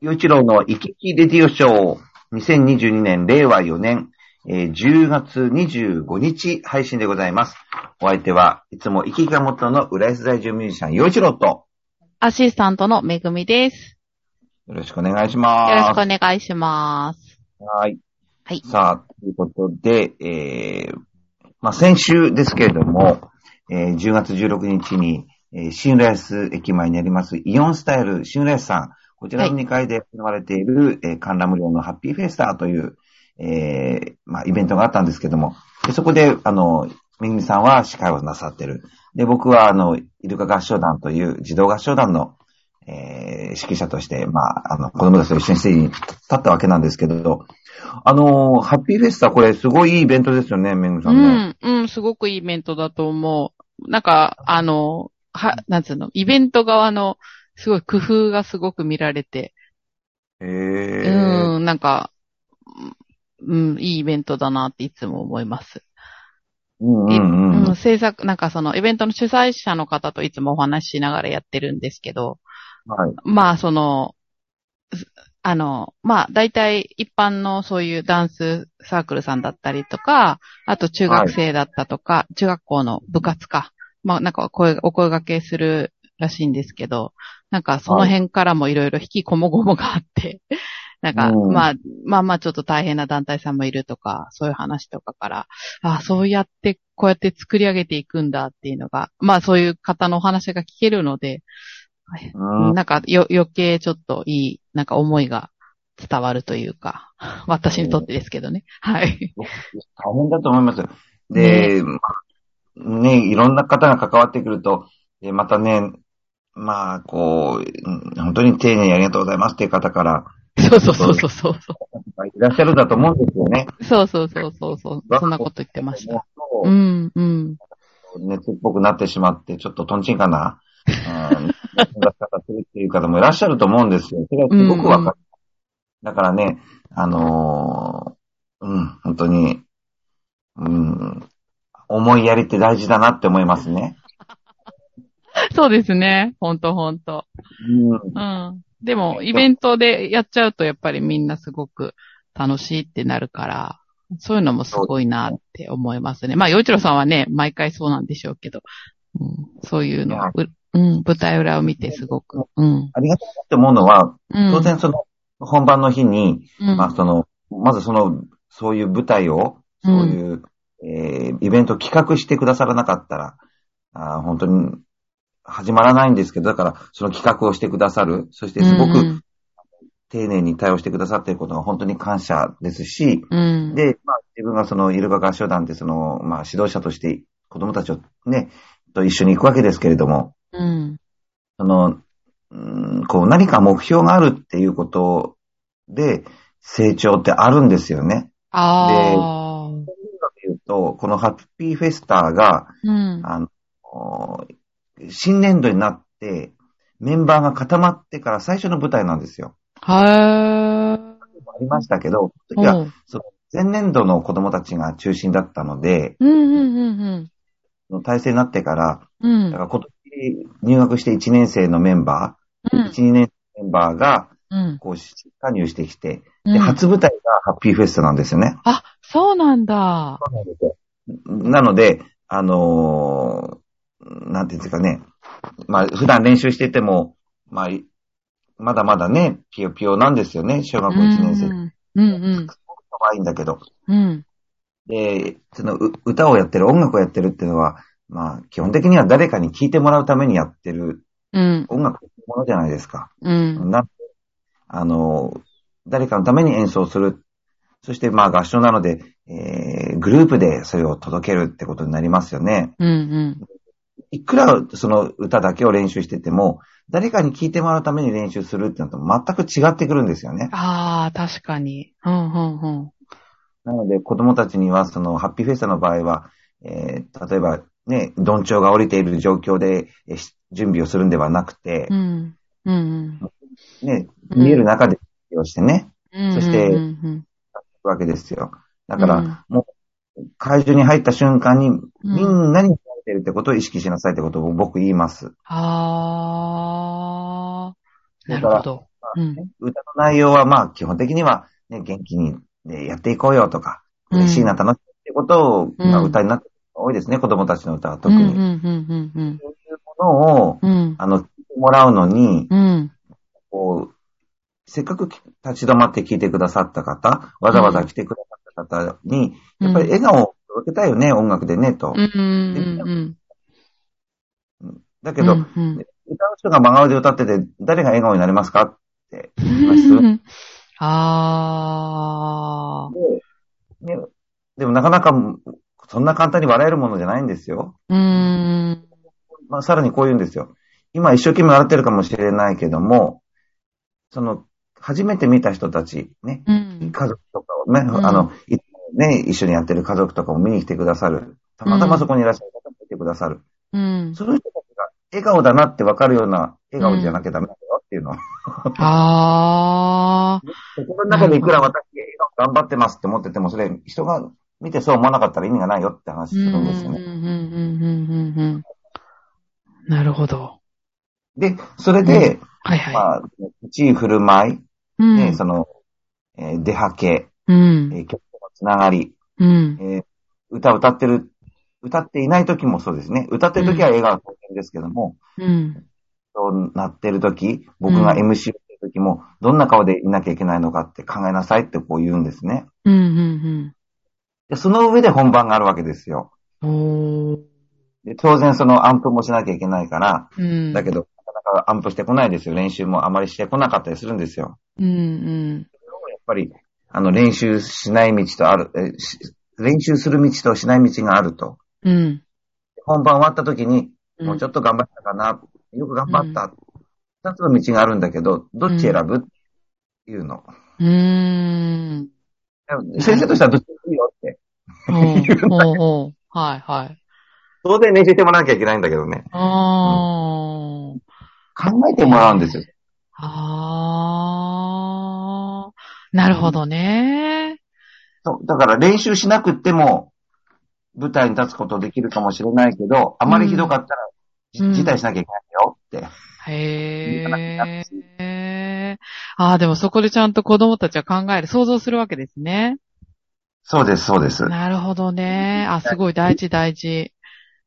雄一郎の行き来レディオショー、2022年令和4年、えー10月25日配信でございます。お相手はいつも行き来が元の浦安在住ミュージシャン雄一郎と、アシスタントのめぐみです。よろしくお願いしよろしまくお願いします。す。はい。はい。さあ、ということで、えー、まあ、先週ですけれども、えー10月16日に、えー新浦安駅前にありますイオンスタイル新浦安さん、こちらの2階で行われている、えー観覧無料のハッピーフェスタという、えーまあ、イベントがあったんですけども、でそこで、あの、めぐみさんは司会をなさってる。で、僕は、あの、イルカ合唱団という児童合唱団の、えー指揮者として、まあ、あの、子供たちと一緒にステージに立ったわけなんですけど、あの、ハッピーフェスタ、これ、すごいいいイベントですよね、めぐみうさんね。ん、うん、すごくいいイベントだと思う。なんか、あの、は、なんつうの、イベント側の、すごい工夫がすごく見られて、えー、うん、なんか、うん、うんいいイベントだなっていつも思います。うんういんううんん、。制作、なんかそのイベントの主催者の方といつもお話ししながらやってるんですけど、はい。まあ、その、あの、まあ、大体一般のそういうダンスサークルさんだったりとか、あと中学生だったとか、中学校の部活か。まあ、なんか声、お声掛けするらしいんですけど、なんかその辺からもいろいろ引きこもごもがあって、 なんか、うんまあ、まあまあちょっと大変な団体さんもいるとか、そういう話とかから、あそうやって、こうやって作り上げていくんだっていうのが、まあそういう方のお話が聞けるので、うんなんかよ、余計ちょっといい、なんか思いが伝わるとい うか、私にとってですけどね。はい。大変だと思いますよ。で、まあね、いろんな方が関わってくると、でまたね、まあ、こう、うん本当に丁寧にありがとうございますっていう方から、そうそうそうそうそう。いらっしゃるんだと思うんですよね。そうそうそうそうそう。そんなこと言ってました。そうう、ん、うん。熱っぽくなってしまって、ちょっとトンチンかな、うん、出し方するっていう方もいらっしゃると思うんですよ。それはすごくわかる。だからね、あのーうん、本当に、うん、思いやりって大事だなって思いますね。そうですね。ほんとほんと。うんうん。でも、イベントでやっちゃうと、やっぱりみんなすごく楽しいってなるから、そういうのもすごいなって思いますね。まあ、洋一郎さんはね、毎回そうなんでしょうけど、うん、そういうのは、ううん、舞台裏を見てすごく、うん。ありがたいなって思うのは、うん当然その、本番の日に、うんまあその、まずその、そういう舞台を、そういう、えーイベントを企画してくださらなかったら、あー本当に始まらないんですけど、だからその企画をしてくださる、そしてすごうくん丁寧に対応してくださっていることが本当に感謝ですし、うん、で、まあ自分がそのイルカ合唱団でその、まあ指導者として子供たちをね、と一緒に行くわけですけれども、うん、その、うん、こう何か目標があるっていうことで成長ってあるんですよね。ああ、言うと、このハッピーフェスタが、うん、あの、お新年度になって、メンバーが固まってから最初の舞台なんですよ。はありましたけど、い。いや、おう前年度の子供たちが中心だったので、うん、うん、うん、体制になってから、うん。うんだから今年入学して1年生のメンバー、1、2年生のメンバーが、うん、こう、新加入してきて、うん。で、初舞台がハッピーフェスタなんですよね。あ、そうなんだ。なので、あのーなんていうんですかね。まあ、普段練習してても、まあ、いまだまだね、ピヨピヨなんですよね。小学校1年生。う可ん、うん、愛いんだけど。うん、うん。で、その、う歌をやってる、音楽をやってるっていうのは、まあ、基本的には誰かに聴いてもらうためにやってるうん、音楽のものじゃないですか。うん、な、あの、誰かのために演奏する。そして、まあ、合唱なので、えー、グループでそれを届けるってことになりますよね。うん、うん。いくら、その歌だけを練習してても、誰かに聴いてもらうために練習するってのと全く違ってくるんですよね。ああ、確かに。うん、うん、うん。なので、子供たちには、その、ハッピーフェスタの場合は、えー、例えば、ね、どんちょうが降りている状況で、えーし準備をするんではなくてう、ん、うん、ね、うん見える中で準備をしてね、うん。そしてうん、うん行くわけですよ。だうんから、もう、会場に入った瞬間に、うんみんなに見られてるってことを意識しなさいってことを僕言います。ああ、なだるからほど。あうん。歌の内容はまあ基本的には、ね、元気に、ね、やっていこうよとか、うん嬉しいな、楽しいってことを、うんまあ歌になってるのが多いですね、子供たちの歌は特うんに。うそういうんうんうんものを、うん。うん。あの、聞いてもらうのに、うん。こう、せっかく立ち止まって聞いてくださった方、わざわざ来てくださった方に、やっぱり笑顔を届けたいよね、音楽でね、と。うんうんうん。だけど、うんうん歌う人が真顔で歌ってて、誰が笑顔になれますかって言います。 あで、ねでもなかなか、そんな簡単に笑えるものじゃないんですよ。ー。うーん。まあ、さらにこう言うんですよ。今一生懸命笑ってるかもしれないけども、その、初めて見た人たち、ね、うん。家族とかをね、うんあの、いつもね、一緒にやってる家族とかも見に来てくださる。たまたまそこにいらっしゃる方もいてくださる。うん。その人たちが笑顔だなってわかるような笑顔じゃなきゃダメだよっていうのを、あー。心の中でいくら私笑顔頑張ってますって思ってても、それ人が見てそう思わなかったら意味がないよって話すうん。るうんん。ですよね。うん。うん。なるほど。で、それで、はいはい。まあ、一位振る舞い、うん。ね、その、えー出はけ、うんえ。ー曲とのつながり、うんえ。ー歌歌ってる、歌っていない時もそうですね。歌ってる時は笑顔が当然ですけども、うん。そうなってる時、僕がう MC をしてる時も、どんな顔でいなきゃいけないのかって考えなさいってこう言うんですね。うん。うん。でその上で本番があるわけですよ。うん。おー。で当然そのアンプもしなきゃいけないから、うん。だけど、なかなかアンプしてこないですよ。練習もあまりしてこなかったりするんですよ。うん。やっぱり、あの、練習しない道とある、えし練習する道としない道があると。うん。うん。本番終わった時に、うんもうちょっと頑張ったかな、よく頑張った。二、つの道があるんだけど、どっち選ぶ、っていうの。うーん。先生としてはどっちでもいいよって。おうおうおうはいはい。当然練習してもらわなきゃいけないんだけどね。あー。考えてもらうんですよ。あー。なるほどね。そう。だから練習しなくっても、舞台に立つことできるかもしれないけど、あまりひどかったら、じうん辞退しなきゃいけないよって。へー。あー、でもそこでちゃんと子供たちは考える、想像するわけですね。そうです、そうです。なるほどね。あ、すごい大事大事。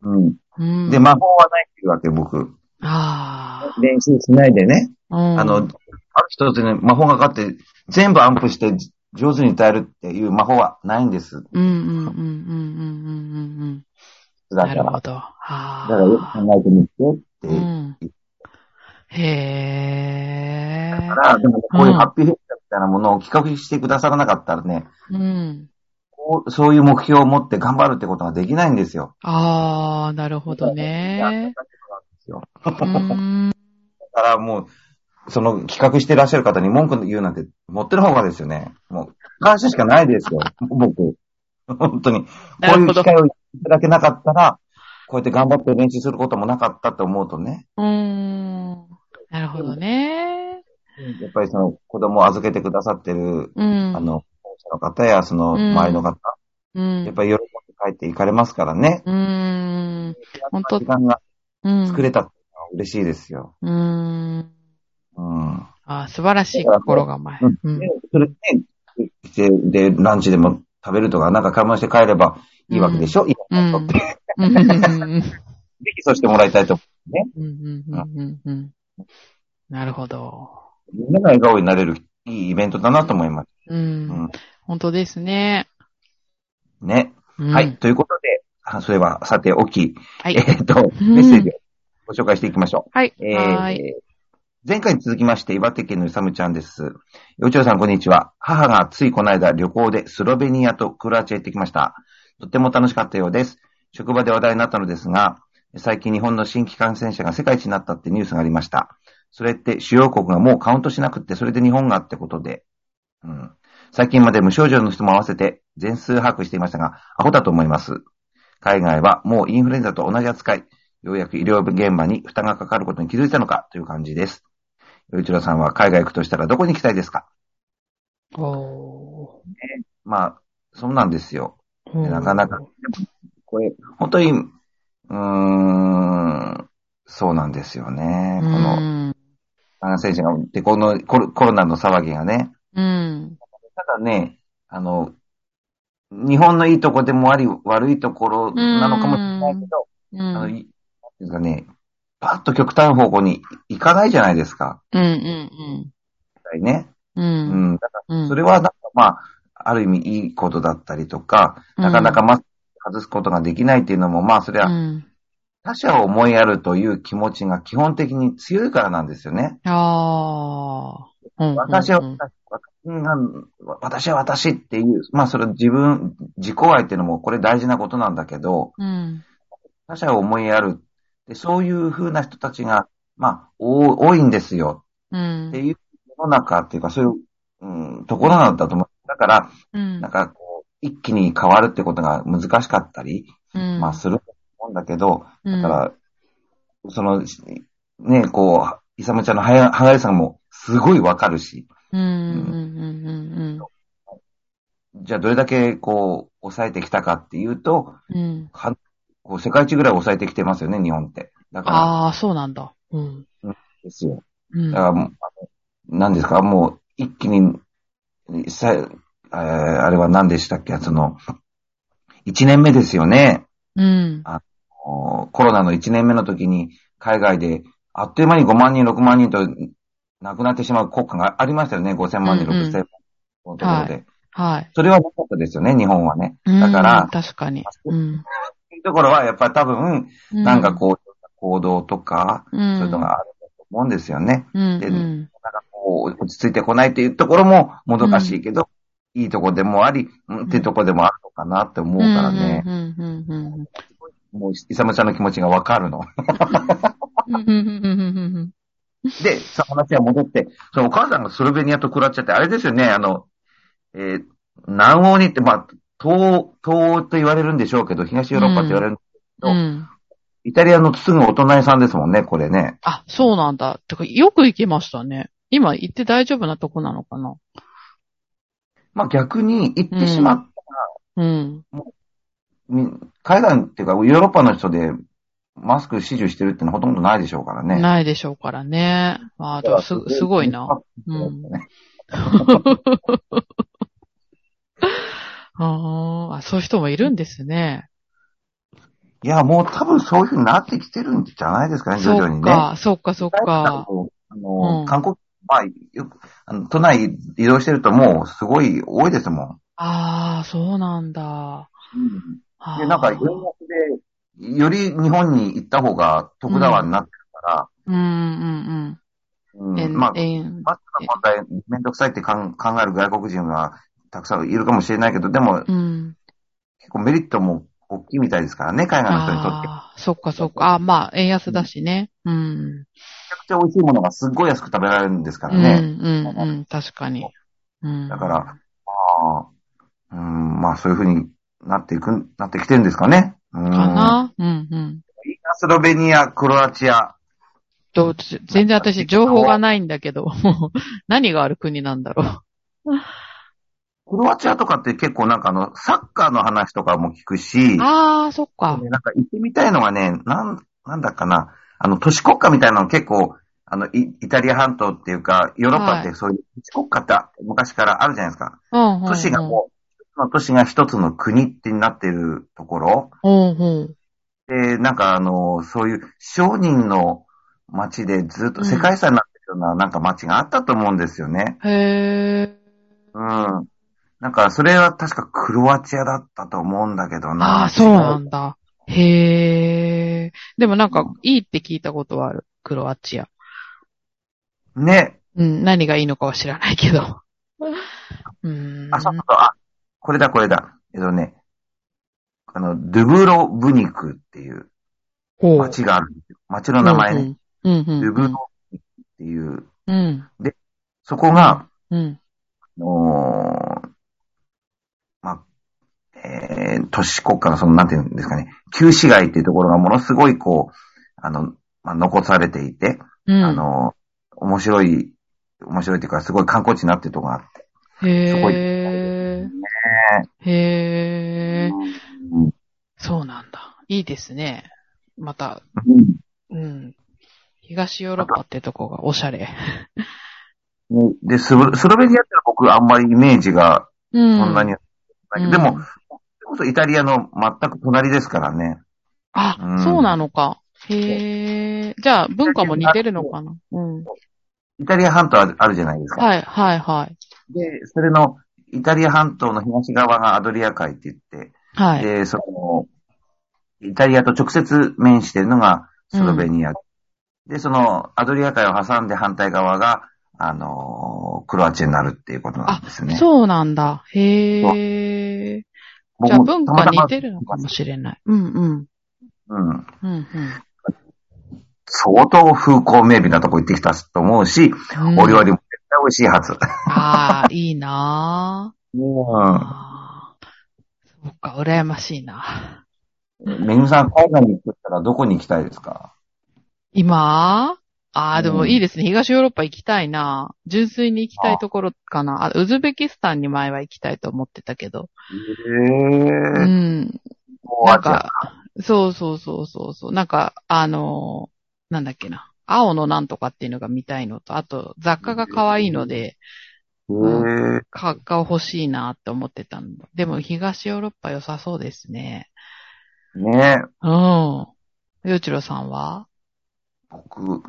うん。うん。で、魔法はないっていうわけ、僕。あ練習しないでね。ー。うんあの、ある一つに魔法がかかって、全部アンプしてじ上手に歌えるっていう魔法はないんです。うんうんうんうんうんうんうんうん。だなかるほら、ど。あだーからよく考えてみてって。うんへだーから、でもこういううんハッピーフェスタみたいなものを企画してくださらなかったらね、うん。こうそういう目標を持って頑張るってことができないんですよ。あー、なるほどやってたってね。ことなんですようーん。だからもう、その企画してらっしゃる方に文句言うなんて、持ってる方がですよね。もう、感謝しかないですよ。僕。本当に。こなういるうほ機ど会をいただけなかったら、こうやって頑張って練習することもなかったと思うとね、うーん。なるほどね。やっぱりその子供を預けてくださってる、うん。あの、保護者の方やそのうん周りの方、うん、やっぱり喜んで帰っていかれますからね。うーん。本当時間がうん。作れたっていうのは嬉しいですよ。うーん。うん。あー素晴らしい心構え。うんで。それで、来て、で、ランチでも食べるとか、なんか買い物して帰ればいいわけでしょ、いいわけって。ぜうん。うんうんひそうしてもらいたいと思うんうんうんなるほど。う。みんなが笑顔になれるいいイベントだなと思います。ううんん。本当ですね。ね。うんはい。。ということで、あそういえば、さておき、はいえ。ーっと、うんメッセージをご紹介していきましょう。はい。えーはーい。前回に続きまして、岩手県のイサムちゃんです。よちょうさん、こんにちは。母がついこの間旅行でスロベニアとクロアチアへ行ってきました。とっても楽しかったようです。職場で話題になったのですが、最近日本の新規感染者が世界一になったってニュースがありました。それって主要国がもうカウントしなくって、それで日本がってことで。うん。最近まで無症状の人も合わせて全数把握していましたが、アホだと思います。海外はもうインフルエンザと同じ扱い。ようやく医療現場に負担がかかることに気づいたのかという感じです。よいちろさんは海外行くとしたらどこに行きたいですかおまあ、そうなんですよ。ーなかなか。これ、本当に、うーん、そうなんですよね。この、うんあの選手が、で、このコロコロナの騒ぎがね。うん。ただね、あの、日本のいいとこでもあり、悪いところなのかもしれないけど、うあの、ん。いなんていうかね、パッと極端方向に行かないじゃないですか。うん。うん。絶対ね。う。うんん。だかうらん。それは、なんかまあ、ある意味いいことだったりとか、なかなかマスク外すことができないっていうのも、まあ、それうはん。他者を思いやるという気持ちが基本的に強いからなんですよね。ああ。うん私は、私私が私は私っていう、まあそれ自分、自己愛っていうのもこれ大事なことなんだけど、うん。他者を思いやる。でそういう風な人たちが、まあ、多多いんですよ。うってん。いう世の中っていうか、そういう、うん、ところなんだと思う。だから、うんなん。かこう、一気に変わるってことが難しかったり、うん。まあすると思うんだけど、うん、だから、その、ね、こう、イサムちゃんのはや、はがりさんもすごいわかるし、うん、うん、うん、うん、じゃあどれだけこう、抑えてきたかっていうと、うん。うん。はこう世界一ぐらい抑えてきてますよね、日本って。だからああ、そうなんだ。うん。ですよ。うんだからもう、あの何ですか、もう一気に、さえーあれは何でしたっけ、その、1年目ですよね。うん。おコロナの1年目の時に海外であっという間に5万人、6万人と亡くなってしまう国家がありましたよね。5000万人、うんうん6000万人のところで。はい。それはなかったですよね、日本はね。うんだから、確かに。うん。そういうところはやっぱり多分、なんかこう、行動とか、うそん、うそいうのがあると思うんですよね。うん、でうん。なんかこう、落ち着いてこないっていうところももどかしいけど、いいとこでもあり、うんっていうとこでもあるのかなって思うからね。うん、うん、うん、うん。もう、イサムちゃんの気持ちがわかるの。うんで、さ、話は戻って、そのお母さんがスロベニアと食らっちゃって、あれですよね、あの、えー南欧にって、まあ、東欧、東欧と言われるんでしょうけど、東ヨーロッパと言われる、うん。イタリアのすぐお隣さんですもんね、これね。あ、そうなんだ。てか、よく行きましたね。今行って大丈夫なとこなのかなまあ逆に行ってしまっうん。み海外っていうか、ヨーロッパの人でマスク支持してるってのはほとんどないでしょうからね。ないでしょうからね。ああ、でもす、すごい な。。うん。あーあ、そういう人もいるんですね。いや、もう多分そういうふうになってきてるんじゃないですかね、徐そ々にうね。か、そうか、そうあか。うのん観光、まあ、よく、あの都内移動してるともうすごい多いですもん。ああ、そうなんだ。あーで、なんか、洋楽で、より日本に行った方が得だわになってるかうんうんら、うん。うえんんまあ、えんマスクの問題、めんどくさいってかん考える外国人はたくさんいるかもしれないけど、でもうん。結構メリットも大きいみたいですからね、海外の人にとって。めああ、そっかそっか。あーまあ、円安だしね。うん。ちゃくちゃ美味しいものがすっごい安く食べられるんですかうん、うらね。ん、うん。確かに。うん。だから、まあ、うん、まあそういうふうになっていく、なってきてるんですかね。うん。かなうん、うん。いいなスロベニア、クロアチア。どう全然私、情報がないんだけど、 何がある国なんだろう。クロアチアとかって結構なんかあの、サッカーの話とかも聞くし、ああ、そっか。なんか行ってみたいのがね、なん、なんだかな、あの、都市国家みたいなの結構、あの、イイタリア半島っていうか、ヨーロッパっはてそういう都市国家って昔からあるじゃないですか。うん、うん。都市がもう、一つの都市が一つの国ってなってるところ。うん。うん、うん。で、なんかあの、そういう商人の街でずっうとん世界遺産になってるような、なんか街があったと思うんですよね。へえ。うん。なんか、それは確かクロアチアだったと思うんだけどな。ああ、そうなんだ。へえ。でもなんか、いいって聞いたことはある。クロアチア。ね。うん、何がいいのかは知らないけ ど。うーん。あ、そうそう、あ、これだ、これだ。えっとね、あの、ドゥブロブニクっていうほう町があるんですよ。町の名前ね。。うん、うん。ドうゥブロブんニクっていう、うん。そこが、うん。あのーまあ、えー、都市国家のその、なんていうんですかね、旧市街っていうところがものすごいこう、あの、まあ、残されていて、うん。あ、のー面白い、面白いっていうか、すごい観光地になってるところがあって。へそこ行え。へえ。そうなんだ。いいですね。また、うんうん。東ヨーロッパってとこがおしゃれ。で、スロスロベニアってのは僕あんまりイメージがうそん。んなにないけど、うんでも、それこそイタリアの全く隣ですからね。あ、うんそうなのか。へえ。じゃあ、文化も似てるのかな。うん。イタリア半島あるあるじゃないですか。はい、はい、はい。で、それのイタリア半島の東側がアドリア海って言って、はい。で、その、イタリアと直接面してるのがスロベニア。で、そのアドリア海を挟んで反対側が、あのークロアチアになるっていうことなんですね。そうなんだ。へえ。じゃ僕あ、も文たま化たま似てるのかもしれない。うんうん。うん。うんうん。相当風光明媚なとこ行ってきたと思うし、うんお料理も絶対美味しいはず。ああ、いいなうああー。そっか、羨ましいな。ん。めぐみさん、海外に行くったらどこに行きたいですか今ああ、でうもんいいですね。東ヨーロッパ行きたいな。純粋に行きたいところかな。あ、ウズベキスタンに前は行きたいと思ってたけど。うええ。ん。なんか、そうそうそうそうそう。なんか、あのーなんだっけな。青のなんとかっていうのが見たいのと、あと雑貨が可愛いので、ええ。カッカを欲しいなって思ってたの。でも東ヨーロッパ良さそうですね。ねえ。うん。よちろさんは僕、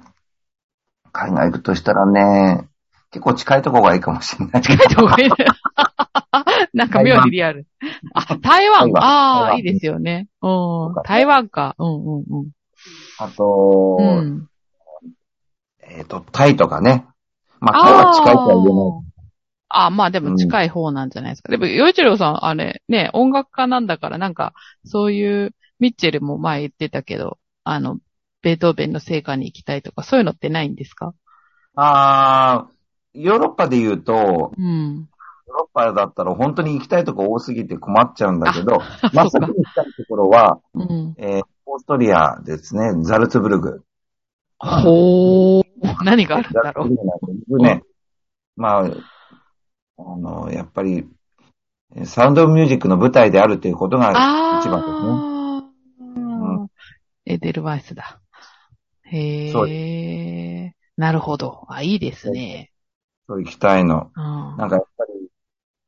海外行くとしたらね、結構近いとこがいいかもしれない。近いとこがいい なんか妙にリアル。あ、台台湾湾あ台あ、湾いいですよね。うんうか。台湾か。うんうんうん。 あと、うん、えっ、と、タイとかね。まあ、タイは近いとは言えない。ああ、まあでも近い方なんじゃないですか。でも、洋一郎さん、あれ、ね、音楽家なんだから、なんか、そういう、ミッチェルも前言ってたけど、あの、ベートーベンの聖歌に行きたいとか、そういうのってないんですかあー、ヨーロッパで言うと、ヨーうん。ロッパだったら本当に行きたいとこ多すぎて困っちゃうんだけど、 そまうさかに行きたいところは、 うん。えーオーストリアですね、ザルツブルグ。ほー。何があるんだろう。僕ね、まあ、あの、やっぱり、サウンドオブミュージックの舞台であるということがあ一番ですね。ですね。エデルワイスだ。へそうえ。なるほど。あ、いいですね。そう行きたいの。うん。なんかやっぱり、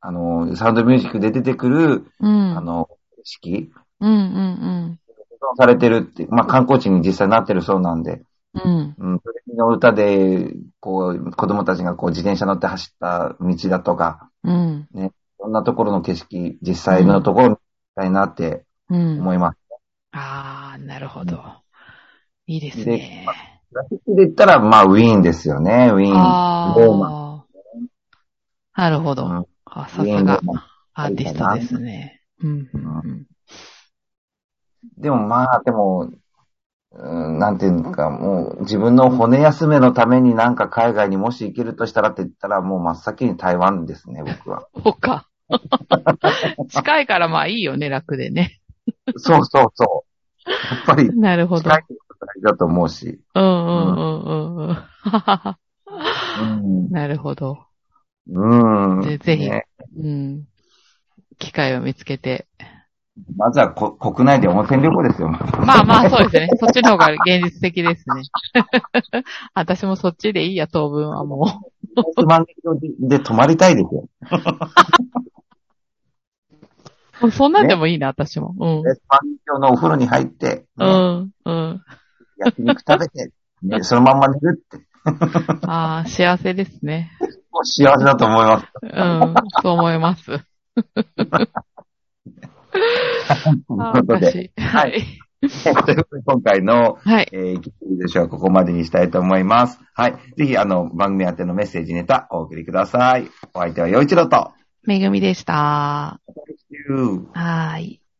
あの、サウンドミュージックで出てくる、うん。あの、景色、うんうん保存されてるって、まあ観光地に実際なってるそうなんで、うん。うん。うん、ドレミの歌で、こう、子供たちがこう自転車乗って走った道だとか、うん。そんなところの景色、実際のところを見たいなってうん。思います。ああ、なるほど。いいですね。クラシックで言ったら、まあウィーンですよね、ウィーン。あローマあ。なるほど。うんあ、さウすィーンロがーマアーティストですね。うんうんでもまあ、でも、うん、なんていうか、もう自分の骨休めのためになんか海外にもし行けるとしたらって言ったら、もう真っ先に台湾ですね、僕 は。うん。そうか。近いからまあいいよね、楽 でね。そうそうそう。やっぱり、なるほど近。いこと大事だと思うし。うんうんうんうんうん。はははうん。なるほど。うん。でぜひねうん。機会を見つけて。まずはこ国内で温泉旅行ですよ。まあまあ、そうですね。そっちの方が現実的ですね。 私もそっちでいいや、当分はも1万円で泊まりたいですよ。う。 そんなんでもいいな、私も。で万円のお風呂に入って、うねん。うん。うん。焼肉食べて、ねそのまんま寝るって、ああ、幸せですね。もう幸せだと思います。うん。そう思います。 とあいーうことで。私はい。ということで、今回の、はい。えー、きついでしょう。ここまでにしたいと思います。はい。ぜひ、あの、番組宛てのメッセージネタ、お送りください。お相手は、よいちろと。めぐみでした。 See you. はーい。